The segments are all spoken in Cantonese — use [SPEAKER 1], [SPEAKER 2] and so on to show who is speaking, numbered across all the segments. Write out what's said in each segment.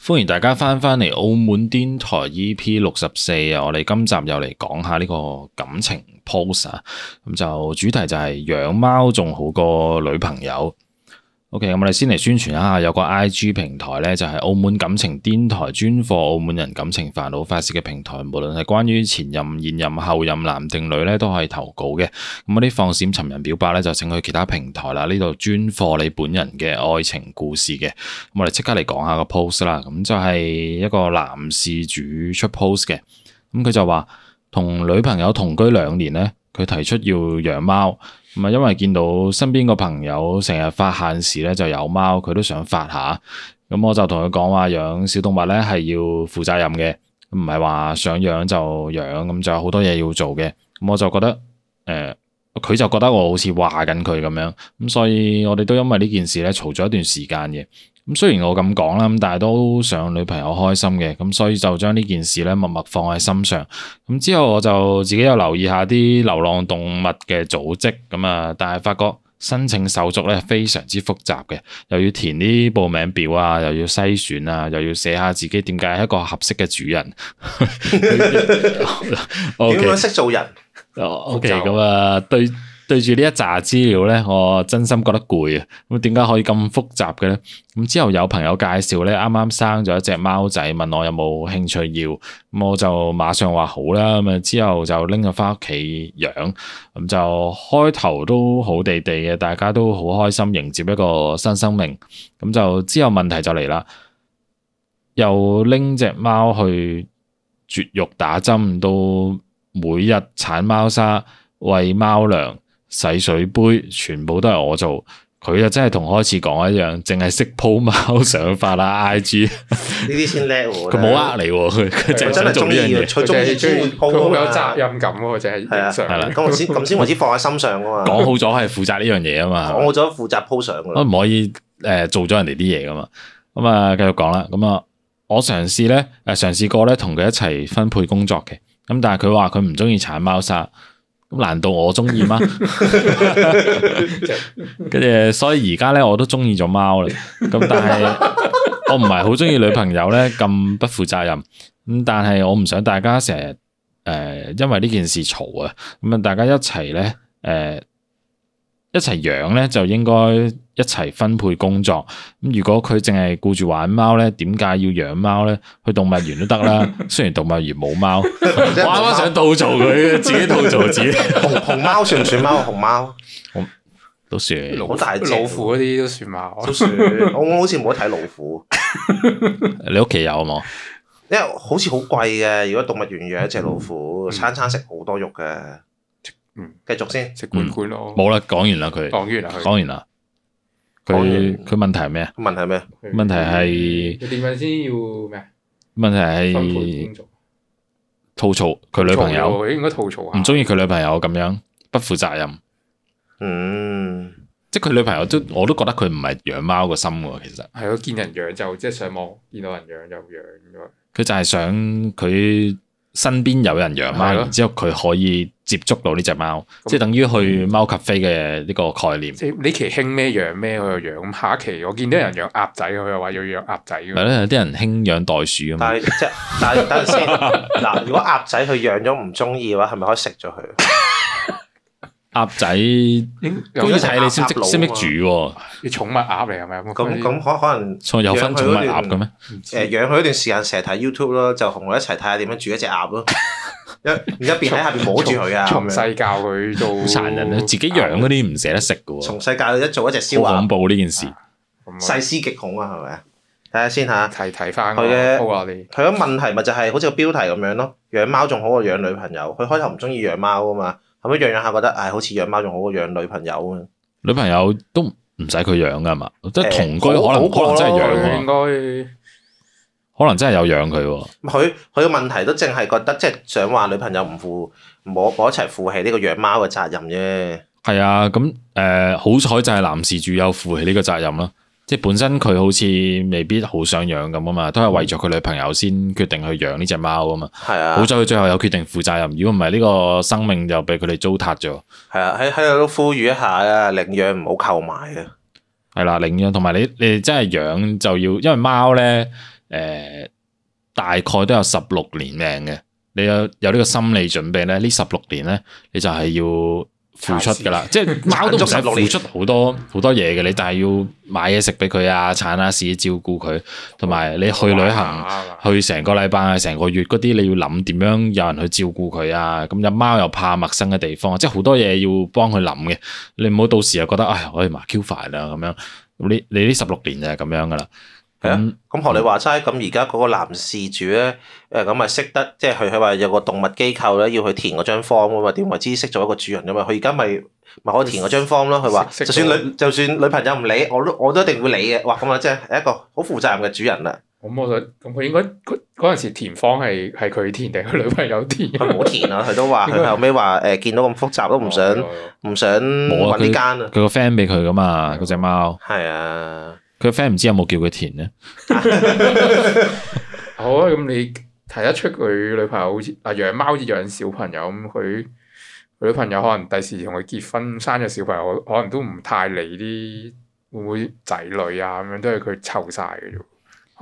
[SPEAKER 1] 歡迎大家翻返嚟澳門癲台 EP 六十四啊！我哋今集又嚟講下呢個感情 post 啊，咁就主題就係養貓仲好過女朋友。OK，咁我哋先嚟宣傳一下，有個 IG 平台咧，就係澳門感情癲台專貨澳門人感情煩惱發泄嘅平台，無論係關於前任、現任、後任男定女咧，都可以投稿嘅。咁嗰啲放閃尋人表白咧，就請去其他平台啦。呢度專貨你本人嘅愛情故事嘅。咁我哋即刻嚟講下個 post 啦。咁就係一個男事主出 post 嘅。咁佢就話同女朋友同居兩年咧，佢提出要養貓。咁啊，因為見到身邊個朋友成日發限時咧就有貓，佢都想發下。咁我就同佢講話養小動物咧係要負責任嘅，唔係話想養就養，咁就有好多嘢要做嘅。咁我就覺得誒。呃佢就覺得我好似話緊佢咁樣，咁所以我哋都因為呢件事咧嘈咗一段時間嘅。咁雖然我咁講啦，咁但係都想女朋友開心嘅，咁所以就將呢件事咧默默放喺心上。咁之後我就自己有留意下啲流浪動物嘅組織咁啊，但係發覺申請手續咧非常之複雜嘅，又要填啲報名表啊，又要篩選啊，又要寫下自己點解係一個合適嘅主人。
[SPEAKER 2] 點
[SPEAKER 1] OK
[SPEAKER 2] 樣識做人？
[SPEAKER 1] 哦，OK，
[SPEAKER 2] 複雜
[SPEAKER 1] 咁啊，對對住呢一紮資料咧，我真心覺得攰啊！咁點解可以咁複雜嘅咧？咁之後有朋友介紹咧，啱啱生咗一隻貓仔，問我有冇興趣要，咁我就馬上話好啦。咁啊之後就拎咗翻屋企養，咁就開頭都好地地嘅，大家都好開心迎接一個新生命。咁就之後問題就嚟啦，又拎隻貓去絕育打針，到每日鏟貓砂、餵貓糧、洗水杯，全部都係我做。佢就真係同開始講一樣，淨係識鋪貓相法啦，IG
[SPEAKER 2] 呢啲先叻喎。
[SPEAKER 1] 佢冇呃你喎，佢佢淨係
[SPEAKER 2] 佢真係
[SPEAKER 1] 想做
[SPEAKER 2] 中
[SPEAKER 1] 呢
[SPEAKER 2] 意
[SPEAKER 1] 樣嘢。
[SPEAKER 2] 嘅，佢中意先會
[SPEAKER 3] 佢好
[SPEAKER 2] 鋪㗎
[SPEAKER 3] 有
[SPEAKER 2] 嘛
[SPEAKER 3] 責。任感喎，就係
[SPEAKER 2] 係啊
[SPEAKER 3] 影
[SPEAKER 1] 係啦
[SPEAKER 3] 相。
[SPEAKER 2] 咁我先咁先為之放喺心上噶嘛。
[SPEAKER 1] 講好哦咗係負責呢樣嘢啊嘛，係嘛
[SPEAKER 2] 我咗負責鋪相噶
[SPEAKER 1] 我
[SPEAKER 2] 啦。
[SPEAKER 1] 唔可以誒、呃做咗人哋啲嘢噶嘛。咁啊，繼續講啦。咁啊，我嘗試咧誒嘗試過咧同佢一齊分配工作嘅。咁但係佢話佢唔中意鏟貓砂。咁難道我中意嗎？跟住，所以而家咧我都中意咗貓啦。咁但係我唔係好中意女朋友咧咁不負責任。咁但係我唔想大家成日誒因為呢件事嘈啊。咁啊，大家一齊咧誒。呃一齊養咧，就應該一齊分配工作。咁如果佢淨係顧住玩貓咧，點解要養貓咧？去動物園都得啦。 雖然動物園冇貓，我啱啱想吐槽佢， 自己吐槽自己。
[SPEAKER 2] 紅紅貓算唔算 貓？紅貓
[SPEAKER 1] 都算
[SPEAKER 3] 老
[SPEAKER 2] 好大隻
[SPEAKER 3] 老虎嗰啊啲都算嘛？
[SPEAKER 2] 都算。我好似冇得睇老虎，
[SPEAKER 1] 你屋企有冇？
[SPEAKER 2] 因為好似好貴嘅。如果動物園養一隻老
[SPEAKER 1] 嗯
[SPEAKER 2] 虎，餐餐食好多肉嘅。
[SPEAKER 3] 嗯，
[SPEAKER 2] 繼續先。
[SPEAKER 3] 食罐罐咯。
[SPEAKER 1] 冇啦，講完啦，佢
[SPEAKER 3] 講完啦，
[SPEAKER 1] 嗯講
[SPEAKER 3] 佢
[SPEAKER 1] 完啦。佢
[SPEAKER 2] 講完
[SPEAKER 1] 佢問題係咩啊？
[SPEAKER 2] 問係咩？
[SPEAKER 1] 問題係
[SPEAKER 3] 佢點樣先要咩啊？
[SPEAKER 1] 問題
[SPEAKER 3] 分配工
[SPEAKER 1] 係
[SPEAKER 3] 作
[SPEAKER 1] 吐槽佢女朋友
[SPEAKER 3] 嘈啊喎應該吐槽下。
[SPEAKER 1] 唔中意佢女朋友咁樣不負責任，
[SPEAKER 2] 嗯，
[SPEAKER 1] 即係佢女朋友都我都覺得佢唔係養貓個心喎，其實。
[SPEAKER 3] 係咯，見人養就即係上網見到人養就養咗。
[SPEAKER 1] 佢就係想佢身邊有人養貓，
[SPEAKER 3] 係咯
[SPEAKER 1] 然之後佢可以接觸到呢隻貓，
[SPEAKER 3] 咁
[SPEAKER 1] 即係等於去貓咖啡嘅呢個概念。
[SPEAKER 3] 即係呢期興咩養咩，佢就養。咁下一期我見到有人養鴨仔，佢又話要養鴨仔
[SPEAKER 2] 嗯
[SPEAKER 1] 咪
[SPEAKER 3] 咁。
[SPEAKER 1] 咧有啲人興養袋鼠啊嘛
[SPEAKER 2] 但，係即係但係等陣 先。嗱，如果鴨仔佢養咗唔中意嘅話，係咪可以食咗佢？
[SPEAKER 1] 鴨仔
[SPEAKER 3] 應
[SPEAKER 1] 都要
[SPEAKER 3] 有
[SPEAKER 2] 隻
[SPEAKER 1] 睇你識唔
[SPEAKER 2] 鴨鴨佬啊
[SPEAKER 1] 識識唔識煮喎，
[SPEAKER 3] 啲寵物鴨嚟係咪？啊
[SPEAKER 2] 咁咁可可能
[SPEAKER 1] 所以有分
[SPEAKER 2] 養佢
[SPEAKER 1] 寵
[SPEAKER 2] 嗰
[SPEAKER 1] 物鴨嘅咩？
[SPEAKER 2] 嗯
[SPEAKER 3] 唔知
[SPEAKER 2] 誒養佢嗰段時間，成日睇 YouTube 咯，就同我一齊睇下點樣煮一隻鴨 咯。一一邊喺下邊摸住佢啊，
[SPEAKER 3] 從
[SPEAKER 2] 咁樣
[SPEAKER 3] 細教佢到
[SPEAKER 1] 好殘忍啊！自己養嗰啲唔捨得食嘅喎，
[SPEAKER 2] 從細教佢一做一隻哦
[SPEAKER 1] 好
[SPEAKER 2] 燒
[SPEAKER 1] 恐
[SPEAKER 2] 鴨，啊
[SPEAKER 1] 怖呢件事。
[SPEAKER 2] 細思極恐啊，係咪啊？睇下先嚇。
[SPEAKER 3] 睇睇翻
[SPEAKER 2] 佢嘅
[SPEAKER 3] 好啊！你
[SPEAKER 2] 佢嘅問題咪就係好似個標題咁樣咯，養貓仲好過養女朋友。佢開頭唔中意養貓啊嘛，後尾養養下覺得，唉，好似養貓仲好過養女朋友啊。
[SPEAKER 1] 女朋友都唔使佢養噶嘛，即係
[SPEAKER 2] 誒
[SPEAKER 1] 同居可
[SPEAKER 2] 好好
[SPEAKER 1] 能可
[SPEAKER 2] 過
[SPEAKER 1] 能真係
[SPEAKER 2] 咯
[SPEAKER 1] 養
[SPEAKER 3] 佢
[SPEAKER 1] 喎，
[SPEAKER 3] 應
[SPEAKER 1] 可能真係有養佢喎。
[SPEAKER 2] 佢佢嘅問題都淨係覺得，即係想話女朋友唔負冇冇一齊負起呢個養貓嘅責任啫。
[SPEAKER 1] 係啊，咁誒、呃好彩就係男事主有負起呢個責任啦。即係本身佢好似未必好想養咁啊嘛，都係為咗佢女朋友先決定去養呢隻貓啊嘛。
[SPEAKER 2] 係啊，
[SPEAKER 1] 好在佢最後有決定負責任，如果唔係呢個生命就俾佢哋糟蹋咗。
[SPEAKER 2] 係啊，喺喺度都呼籲一下啊，領養唔好購買啊。
[SPEAKER 1] 係啦，領養同埋你你哋真係養就要，因為貓咧誒、诶、大概都有十六年命嘅。你有有呢個心理準備咧，呢十六年咧，你就係要付出噶啦。即係貓都唔使付出好多好多嘢嘅，你但係要買嘢食俾佢啊，铲下屎照顧佢，同埋你去旅行。去成個禮拜啊、成個月嗰啲，你要諗點樣有人去照顧佢啊？咁只貓又怕陌生嘅地方，即係好多嘢要幫佢諗嘅。你唔好到時又覺得，唉，我哋麻 Q 煩啦咁樣。咁你你呢十六年就係咁樣噶啦。
[SPEAKER 2] 係啊
[SPEAKER 1] 咁
[SPEAKER 2] 咁學你話齋，咁而家嗰個男事主咧，誒咁咪識得，即係佢佢話有個動物機構咧，要去填嗰張 form 啊嘛，點為之識做一個主人噶嘛？佢而家咪咪可以填嗰張 form 咯。佢話
[SPEAKER 3] 識
[SPEAKER 2] 就
[SPEAKER 3] 識
[SPEAKER 2] 算
[SPEAKER 3] 到
[SPEAKER 2] 女就算女朋友唔理，我都我都一定會理嘅。哇，咁啊，即係係一個好負責任嘅主人啦。
[SPEAKER 3] 咁我想，咁佢應該嗰嗰陣時填方係係佢填定佢女朋友填？
[SPEAKER 2] 佢冇填啊，佢都話佢後尾話誒見到咁複雜都唔想
[SPEAKER 3] 哦
[SPEAKER 2] 唔想
[SPEAKER 1] 冇啊
[SPEAKER 2] 揾呢
[SPEAKER 1] 佢
[SPEAKER 2] 間啊。
[SPEAKER 1] 佢個 friend 俾佢噶嘛，嗰只貓。
[SPEAKER 2] 係啊，
[SPEAKER 1] 佢個 friend 唔知有冇叫佢填咧？
[SPEAKER 3] 好啊，咁你睇得出佢女朋友好似啊養貓好似養小朋友咁，佢佢女朋友可能第時同佢結婚生咗小朋友，可能都唔太理啲會唔會仔女啊咁樣，都係佢湊晒嘅啫喎。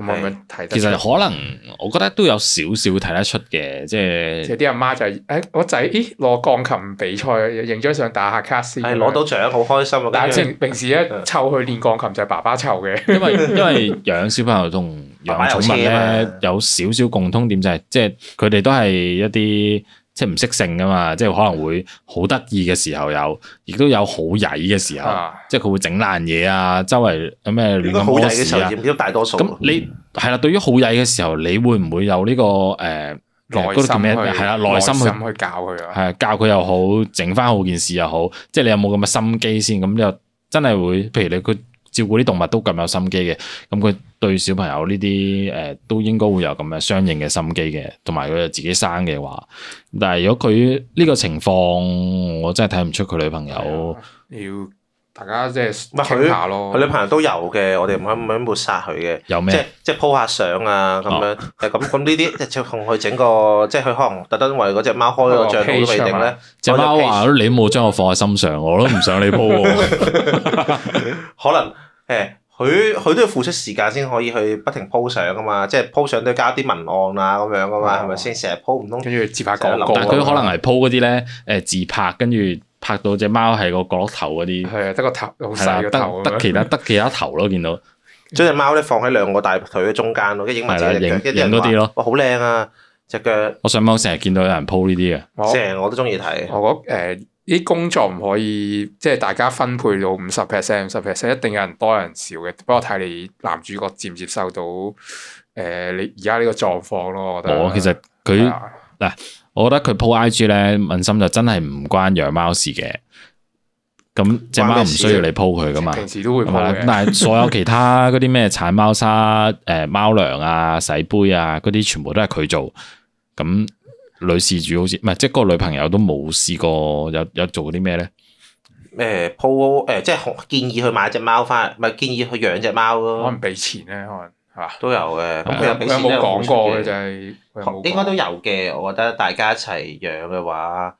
[SPEAKER 3] 可唔可以咁樣睇得
[SPEAKER 1] 其
[SPEAKER 3] 出？
[SPEAKER 1] 實可能我覺得都有少少睇得出嘅，即
[SPEAKER 3] 即
[SPEAKER 1] 係
[SPEAKER 3] 係啲阿媽就係、哎我仔咦攞鋼琴比賽，影張相打下卡先。
[SPEAKER 2] 係攞到獎好開心啊！
[SPEAKER 3] 但
[SPEAKER 2] 跟
[SPEAKER 3] 係
[SPEAKER 2] 住
[SPEAKER 3] 平平時咧
[SPEAKER 2] 嗯
[SPEAKER 3] 湊佢練鋼琴就係爸爸湊嘅。
[SPEAKER 1] 因為因為養小朋友同養寵物
[SPEAKER 2] 爸爸有車
[SPEAKER 1] 咧
[SPEAKER 2] 嘛
[SPEAKER 1] 有少少共通點就係，即係佢哋都係一啲即係唔識性噶嘛，即係可能會好得意嘅時候有，亦都有好曳嘅時
[SPEAKER 2] 哦
[SPEAKER 1] 候，
[SPEAKER 3] 啊
[SPEAKER 1] 即係佢會整爛嘢啊，周圍有咩亂
[SPEAKER 2] 應該
[SPEAKER 1] 咁
[SPEAKER 2] 好曳
[SPEAKER 1] 屙
[SPEAKER 2] 嘅時
[SPEAKER 1] 屎
[SPEAKER 2] 候
[SPEAKER 1] 啊。
[SPEAKER 2] 佔咗大多數。
[SPEAKER 1] 咁你係啦，對於好曳嘅時候，你會唔會有呢、個誒？呃
[SPEAKER 3] 內
[SPEAKER 1] 嗰
[SPEAKER 3] 心
[SPEAKER 1] 個
[SPEAKER 3] 去
[SPEAKER 1] 叫咩？係啦，內心去
[SPEAKER 3] 去教佢啊，
[SPEAKER 1] 係教佢又好，整翻好件事又好，即係你有冇咁嘅心機先？咁又真係會，譬如你佢照顧啲動物都咁有心機嘅，咁佢對小朋友呢啲誒都應該會有咁嘅相應嘅心機嘅，同埋佢又自己生嘅話，但係如果佢呢個情況，我真係睇唔出佢女朋友
[SPEAKER 3] 你啊要大家即係
[SPEAKER 2] 係
[SPEAKER 3] 傾下咯。
[SPEAKER 2] 啊佢女朋友都有嘅，我哋唔可以咁樣抹殺佢嘅。
[SPEAKER 1] 有
[SPEAKER 2] 即係
[SPEAKER 1] 哦咩哦
[SPEAKER 2] 即係 po 下相啊咁樣，誒咁咁呢啲即係同佢整個，即係佢可能特登為嗰只貓開
[SPEAKER 1] 哦
[SPEAKER 2] 個帳號都
[SPEAKER 1] 啊
[SPEAKER 2] 未定咧，
[SPEAKER 1] 只貓話哎你冇將我放喺心上，我都唔想你鋪 喎。
[SPEAKER 2] 可能誒佢佢都要付出時間先可以去不停 po 相噶嘛，即係 po 相都要加啲文案啊咁樣噶嘛，
[SPEAKER 3] 哦
[SPEAKER 2] 係咪先？成日 po 唔通
[SPEAKER 3] 跟住接下廣告，
[SPEAKER 1] 但係佢可能係鋪嗰啲咧誒自拍，跟住拍到只貓係個角落頭嗰啲。
[SPEAKER 3] 係啊，得個頭好
[SPEAKER 1] 係啦，
[SPEAKER 3] 細個頭
[SPEAKER 1] 得得其他得其他頭咯，見到
[SPEAKER 2] 將只貓咧放喺兩個大腿嘅中間咯，跟住影埋自己隻腳，
[SPEAKER 1] 係啦
[SPEAKER 2] 跟住
[SPEAKER 1] 影
[SPEAKER 2] 人話
[SPEAKER 1] 影嗰啲咯
[SPEAKER 2] 哇好靚啊！隻腳
[SPEAKER 1] 我上網成日見到有人 po 呢啲嘅，
[SPEAKER 3] 我
[SPEAKER 2] 正，我都中意睇。
[SPEAKER 3] 我覺得誒啲工作唔可以即係大家分配到五十 percent 五十 percent，一定有人多有人少嘅。不過睇你男主角接唔接受到誒你而家呢個狀況咯，我覺得。
[SPEAKER 1] 我其實
[SPEAKER 3] 係
[SPEAKER 1] 佢，
[SPEAKER 3] 啊
[SPEAKER 1] 我覺得佢 po IG 咧，問心就真係唔關養貓事嘅。咁只貓唔需要你 po 佢噶嘛，
[SPEAKER 3] 平時都啊會
[SPEAKER 1] 係
[SPEAKER 3] 鋪
[SPEAKER 1] 嘛？咁啊
[SPEAKER 3] 嘅。
[SPEAKER 1] 但係所 有其他嗰啲咩鏟貓砂、誒貓糧啊、洗杯啊嗰啲，全部都係佢做。咁女事主好似唔係，即係個女朋友都冇試過有有做過啲咩咧？
[SPEAKER 2] 誒 po 誒即係建議佢買只貓翻嚟，唔係建議佢養只貓
[SPEAKER 3] 可
[SPEAKER 2] 咯
[SPEAKER 3] 能，俾錢咧，可能係嘛？
[SPEAKER 2] 都有嘅。咁
[SPEAKER 1] 係啊
[SPEAKER 2] 佢又俾
[SPEAKER 3] 佢有
[SPEAKER 2] 錢
[SPEAKER 3] 冇
[SPEAKER 2] 都付
[SPEAKER 3] 講
[SPEAKER 2] 出
[SPEAKER 3] 過
[SPEAKER 2] 嘅
[SPEAKER 3] 嘅就係佢有冇講
[SPEAKER 2] 應該都有嘅，我覺得大家一齊養嘅話，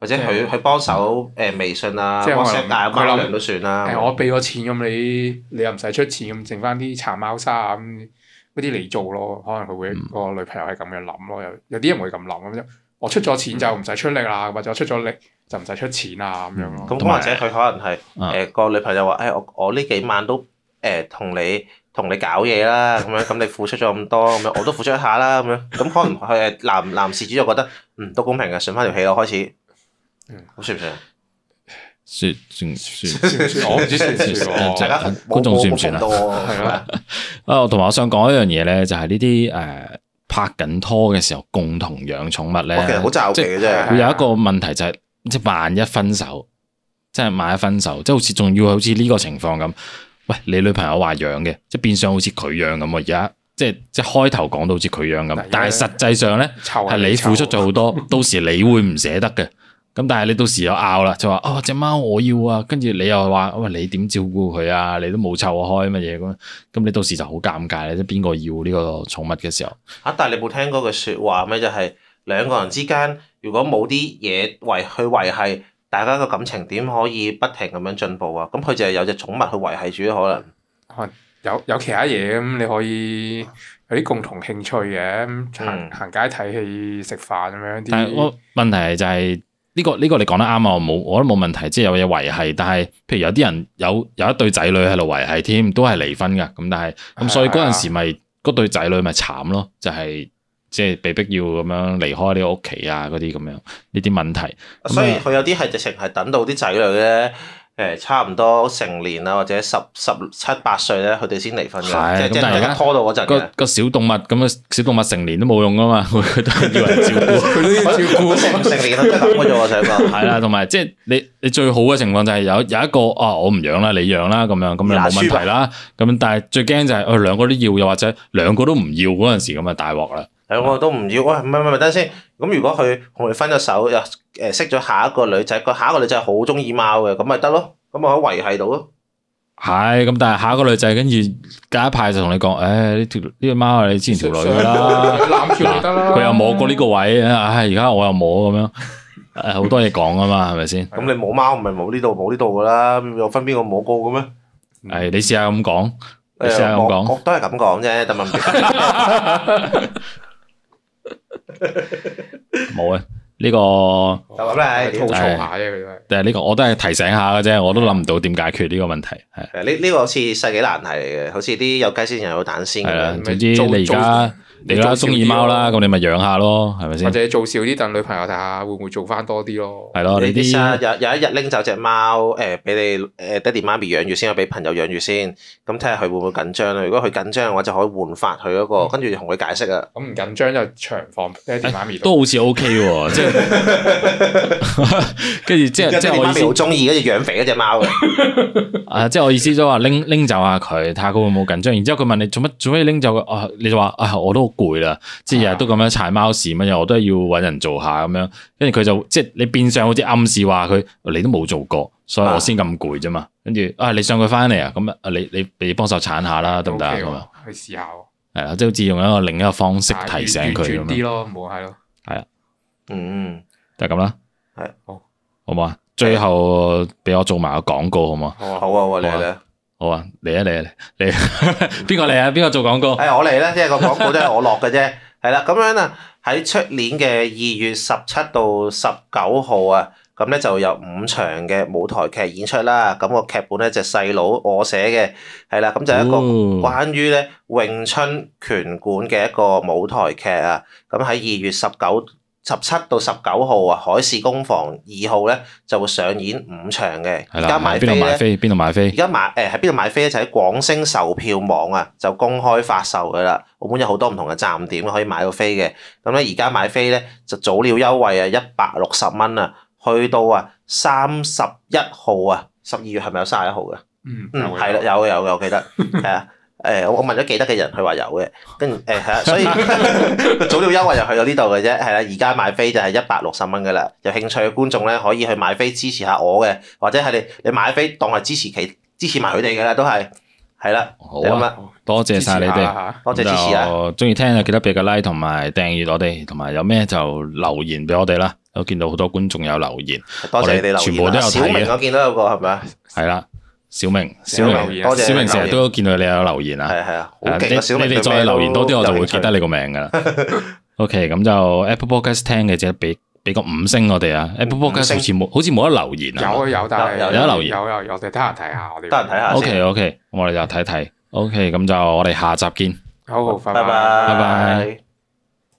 [SPEAKER 2] 或者
[SPEAKER 3] 即
[SPEAKER 2] 佢
[SPEAKER 3] 係
[SPEAKER 2] 佢幫手誒微信啊、
[SPEAKER 3] 即係我諗
[SPEAKER 2] WhatsApp 大
[SPEAKER 3] 佢
[SPEAKER 2] 貓
[SPEAKER 3] 諗
[SPEAKER 2] 糧都算啦。
[SPEAKER 3] 誒我俾咗錢咁你你又唔使出錢咁剩翻啲殘貓砂啊咁嗰啲你做咯，可能佢會
[SPEAKER 1] 嗯
[SPEAKER 3] 個女朋友係咁樣諗咯，有有啲人會咁諗咁樣，我出咗錢
[SPEAKER 1] 嗯
[SPEAKER 3] 就唔使出力啦，或者我出咗力就唔使出錢啊咁樣咯。
[SPEAKER 2] 咁
[SPEAKER 1] 同埋
[SPEAKER 2] 或者佢可能係
[SPEAKER 1] 啊
[SPEAKER 2] 誒個女朋友話：誒我我呢幾晚都誒同你同你搞嘢啦，咁樣咁你付出咗咁多，咁樣我都付出一下啦，咁樣咁可能佢誒男男事主就覺得嗯都公平嘅，順翻條氣咯，開始
[SPEAKER 3] 嗯。
[SPEAKER 2] 咁算 唔算？
[SPEAKER 1] 算算算。
[SPEAKER 3] 算唔算我唔知算唔算
[SPEAKER 1] 大
[SPEAKER 2] 大
[SPEAKER 3] 喎。
[SPEAKER 1] 家
[SPEAKER 2] 家
[SPEAKER 1] 觀眾算唔算啊
[SPEAKER 2] 啊
[SPEAKER 3] 係啊，
[SPEAKER 1] 啊，同埋我想講一樣嘢咧，就係呢啲誒拍緊拖嘅時候共同養寵物咧，
[SPEAKER 2] 我其實好罩忌嘅啫。
[SPEAKER 1] 會有一個問題就係、即係萬一分手，即係萬一分手，即係好似仲要好似呢個情況咁。喂，你女朋友話養嘅，即係變相好似佢養咁喎。而家即係即係開頭講到好似佢養
[SPEAKER 3] 嗱
[SPEAKER 1] 咁，但係實際上咧
[SPEAKER 3] 臭
[SPEAKER 1] 係你啊付出咗好 多，到時你會唔捨得嘅。咁但係你到時又拗啦，就話哦只貓我要啊，跟住你又話喂你點照顧佢啊？你都冇湊我開乜嘢咁，咁你到時就好尷尬咧，即係邊個要呢個寵物嘅時候，
[SPEAKER 2] 嚇、啊但係你冇聽過句説話咩？就係、兩個人之間，如果冇啲嘢維去維係，大家個感情點可以不停咁樣進步啊？咁佢就係有隻寵物去維係住咯，可能
[SPEAKER 3] 有有其他嘢咁你可以有啲共同興趣嘅，咁行
[SPEAKER 2] 嗯
[SPEAKER 3] 行街睇戲、食飯咁樣啲。
[SPEAKER 1] 但係我問題係就係、呢、個呢、個你講得啱啊！我冇，我覺得冇問題，即係有嘢維係。但係，譬如有啲人有有一對仔女喺度維係添，都係離婚噶。咁但係
[SPEAKER 3] 係啊
[SPEAKER 1] 咁，所以嗰陣時咪嗰對仔女咪慘咯，就係即係被逼要咁樣離開呢個屋企啊，嗰啲咁樣呢啲問題。
[SPEAKER 2] 所以佢有啲係直情係等到啲仔女咧，誒差唔多成年啊，或者十十七八歲咧，佢哋先離婚
[SPEAKER 1] 係
[SPEAKER 2] 嘅，即係即
[SPEAKER 1] 咁但係而家
[SPEAKER 2] 係即刻拖到嗰陣
[SPEAKER 1] 個
[SPEAKER 3] 啊
[SPEAKER 2] 嘅。
[SPEAKER 1] 個小動物咁嘅小動物成年都冇用噶嘛，佢佢都係要人照顧。
[SPEAKER 3] 佢都要照顧
[SPEAKER 2] 成成年都係咁嘅啫喎，我想講。
[SPEAKER 1] 係啦，同埋即係你你最好嘅情況就係有有一個啊，我唔養啦，你養啦，咁樣咁樣冇
[SPEAKER 2] 嗱
[SPEAKER 1] 問題啦。咁但係最驚就係誒兩個都要，又或者兩個都唔要嗰陣時咁啊大鑊啦。
[SPEAKER 2] 兩個都唔要，喂，唔係唔係，等陣先。咁如果佢同佢分咗手，又誒識咗下一個女仔，個下一個女仔好中意貓嘅，咁咪得咯，咁咪可以維係到咯。
[SPEAKER 1] 係咁，但係下一個女仔跟住隔一排就同你講，誒呢條呢個貓係你之前條女㗎 啦，
[SPEAKER 3] 攬住你得啦。
[SPEAKER 1] 佢又摸過呢個位，唉而家我又摸咁樣，誒好多嘢講啊嘛，係咪先？
[SPEAKER 2] 咁你冇貓，唔係冇呢度冇呢度噶啦，有分邊個摸過嘅咩？
[SPEAKER 3] 嗯
[SPEAKER 1] 誒你試下咁講，你試下
[SPEAKER 2] 誒
[SPEAKER 1] 咁
[SPEAKER 2] 我
[SPEAKER 1] 講。
[SPEAKER 2] 我都係咁講啫，但問題
[SPEAKER 1] 冇啊！呢個
[SPEAKER 2] 就咁啦
[SPEAKER 3] 吐槽下啫，佢都係。
[SPEAKER 1] 但係呢個我都係提醒下嘅啫，我都諗唔到點解決呢個問題，係
[SPEAKER 2] 誒呢呢個好似世紀難題嚟嘅，好似啲有雞先有蛋先咁
[SPEAKER 1] 係啦
[SPEAKER 2] 樣。。
[SPEAKER 1] 總之你而家。你啦，中意貓啦，咁你咪養下咯，係咪
[SPEAKER 3] 或
[SPEAKER 1] 先？
[SPEAKER 3] 者做少啲，等女朋友睇下會唔會做翻多啲咯。
[SPEAKER 1] 係咯，
[SPEAKER 2] 你
[SPEAKER 1] 你
[SPEAKER 2] 啲
[SPEAKER 1] 啲
[SPEAKER 2] 有有一日拎走只貓，誒俾你誒爹哋媽咪養住先，俾朋友養住先，咁睇下佢會唔會緊張啦。如果佢緊張嘅話，就可以換發佢嗰個，跟住同佢解釋啊。
[SPEAKER 3] 咁唔緊張就長放爹哋媽咪度。
[SPEAKER 1] 都好似 O K 喎， 即係 跟住即係即
[SPEAKER 2] 爹
[SPEAKER 1] 係
[SPEAKER 2] 哋
[SPEAKER 1] 我意
[SPEAKER 2] 媽咪好
[SPEAKER 1] 思
[SPEAKER 2] 中意，跟住養肥嗰只貓嘅。
[SPEAKER 1] 啊，即係我意思都話拎拎走下佢，睇下佢會唔會緊張。然之後佢問你做乜做咩拎走佢，啊你就話啊我都好攰啦，即係日日都咁樣踩貓屎乜嘢，我都係要揾人做下咁樣。跟住佢就即係你變相好似暗示話佢你都冇做過，所以我先咁攰啫嘛。跟住啊你上佢翻嚟啊，咁啊你你你幫手鏟下啦，得唔得啊
[SPEAKER 3] OK 喎
[SPEAKER 1] 咁啊？
[SPEAKER 3] 去試下喎。
[SPEAKER 1] 係啊啦，即係好似用一個另一個方式提醒佢
[SPEAKER 3] 遠
[SPEAKER 1] 咁
[SPEAKER 3] 遠
[SPEAKER 1] 樣
[SPEAKER 3] 啲。咯，冇係咯。
[SPEAKER 2] 嗯，
[SPEAKER 1] 就係咁啦。
[SPEAKER 2] 係
[SPEAKER 3] 好，
[SPEAKER 1] 好唔好啊？最後俾我做埋個廣告好唔好啊？
[SPEAKER 3] 好
[SPEAKER 2] 好
[SPEAKER 3] 啊，
[SPEAKER 2] 啊，喎你咧，
[SPEAKER 1] 好啊，嚟啊嚟啊嚟啊！ 邊個嚟啊？邊個做廣告？
[SPEAKER 2] 誒我嚟咧，即係個廣告都係我落嘅啫。係啦，咁樣啊，喺出年嘅二月十七到十九號啊，咁咧就有五場嘅舞台劇演出啦。咁個劇本咧就細佬我寫嘅，係啦，咁就一個。
[SPEAKER 1] 哦
[SPEAKER 2] 關於咧詠春拳館嘅一個舞台劇啊，咁喺二月十九、十七到十九號啊，海事工房二號咧就會上演五場嘅，
[SPEAKER 1] 係
[SPEAKER 2] 而
[SPEAKER 1] 啦，
[SPEAKER 2] 家
[SPEAKER 1] 喺
[SPEAKER 2] 買飛
[SPEAKER 1] 邊度買
[SPEAKER 2] 咧。
[SPEAKER 1] 飛？邊度買
[SPEAKER 2] 而
[SPEAKER 1] 飛？
[SPEAKER 2] 家買誒喺邊度買飛咧？就喺廣星售票網啊，就公開發售噶啦。澳門有好多唔同嘅站點可以買到飛嘅。咁咧而家買飛咧就早鳥優惠啊，一百六十蚊啊，去到啊三十一號啊，十二月係咪有三十一號嘅？
[SPEAKER 3] 嗯，
[SPEAKER 2] 嗯，
[SPEAKER 3] 有嘅
[SPEAKER 2] 係啦，有嘅有嘅，我記得 係啊。誒，我我問咗記得嘅人，佢話有嘅，跟住誒 係啊，所以早料優惠就去到呢度嘅啫，係啦。而家買飛就係一百六十蚊嘅啦。有興趣嘅觀眾咧，可以去買飛支持下我嘅，或者係你你買飛當係支持其支持埋佢哋嘅啦，都係係啦。
[SPEAKER 1] 好
[SPEAKER 2] 就咁
[SPEAKER 1] 啊，
[SPEAKER 2] 啦，
[SPEAKER 1] 多謝晒你
[SPEAKER 3] 支持下
[SPEAKER 1] 哋。
[SPEAKER 3] 啦
[SPEAKER 2] 多謝支持啊！
[SPEAKER 1] 咁就中意聽就記得俾個 like 同埋訂閱我哋，同埋有咩就留言俾我哋啦。我見到好多觀眾有留言，
[SPEAKER 2] 多謝你哋留言啊。
[SPEAKER 1] 全部都有睇
[SPEAKER 2] 小
[SPEAKER 1] 嘅
[SPEAKER 2] 明我見到有個係咪啊？
[SPEAKER 1] 係啦，小明，小
[SPEAKER 3] 有留
[SPEAKER 1] 明，
[SPEAKER 3] 言
[SPEAKER 2] 多謝你
[SPEAKER 1] 小明成日
[SPEAKER 2] 留言
[SPEAKER 1] 都見到你有留言啊。
[SPEAKER 2] 係係啊，好
[SPEAKER 1] 係
[SPEAKER 2] 勁啊！小
[SPEAKER 1] 你你
[SPEAKER 2] 明
[SPEAKER 1] 哋
[SPEAKER 2] 對
[SPEAKER 1] 再
[SPEAKER 2] 咩
[SPEAKER 1] 留言多啲，我就會
[SPEAKER 2] 有興趣
[SPEAKER 1] 記得你個名噶啦。OK，咁 就 Apple Podcast 聽嘅啫，俾俾個五星我哋啊。Apple
[SPEAKER 2] 五星
[SPEAKER 1] Podcast 好似冇好似冇得留言
[SPEAKER 3] 有
[SPEAKER 1] 啊。
[SPEAKER 3] 啊有，但係
[SPEAKER 2] 有有啊
[SPEAKER 1] 有得留言
[SPEAKER 3] 有有，我哋得閒睇下，我哋
[SPEAKER 2] 得閒睇下
[SPEAKER 1] OK OK，我哋就睇睇。OK，咁就我哋下集見。
[SPEAKER 3] 好好，拜
[SPEAKER 2] 拜
[SPEAKER 3] 拜。
[SPEAKER 1] 拜
[SPEAKER 2] 拜
[SPEAKER 1] 拜。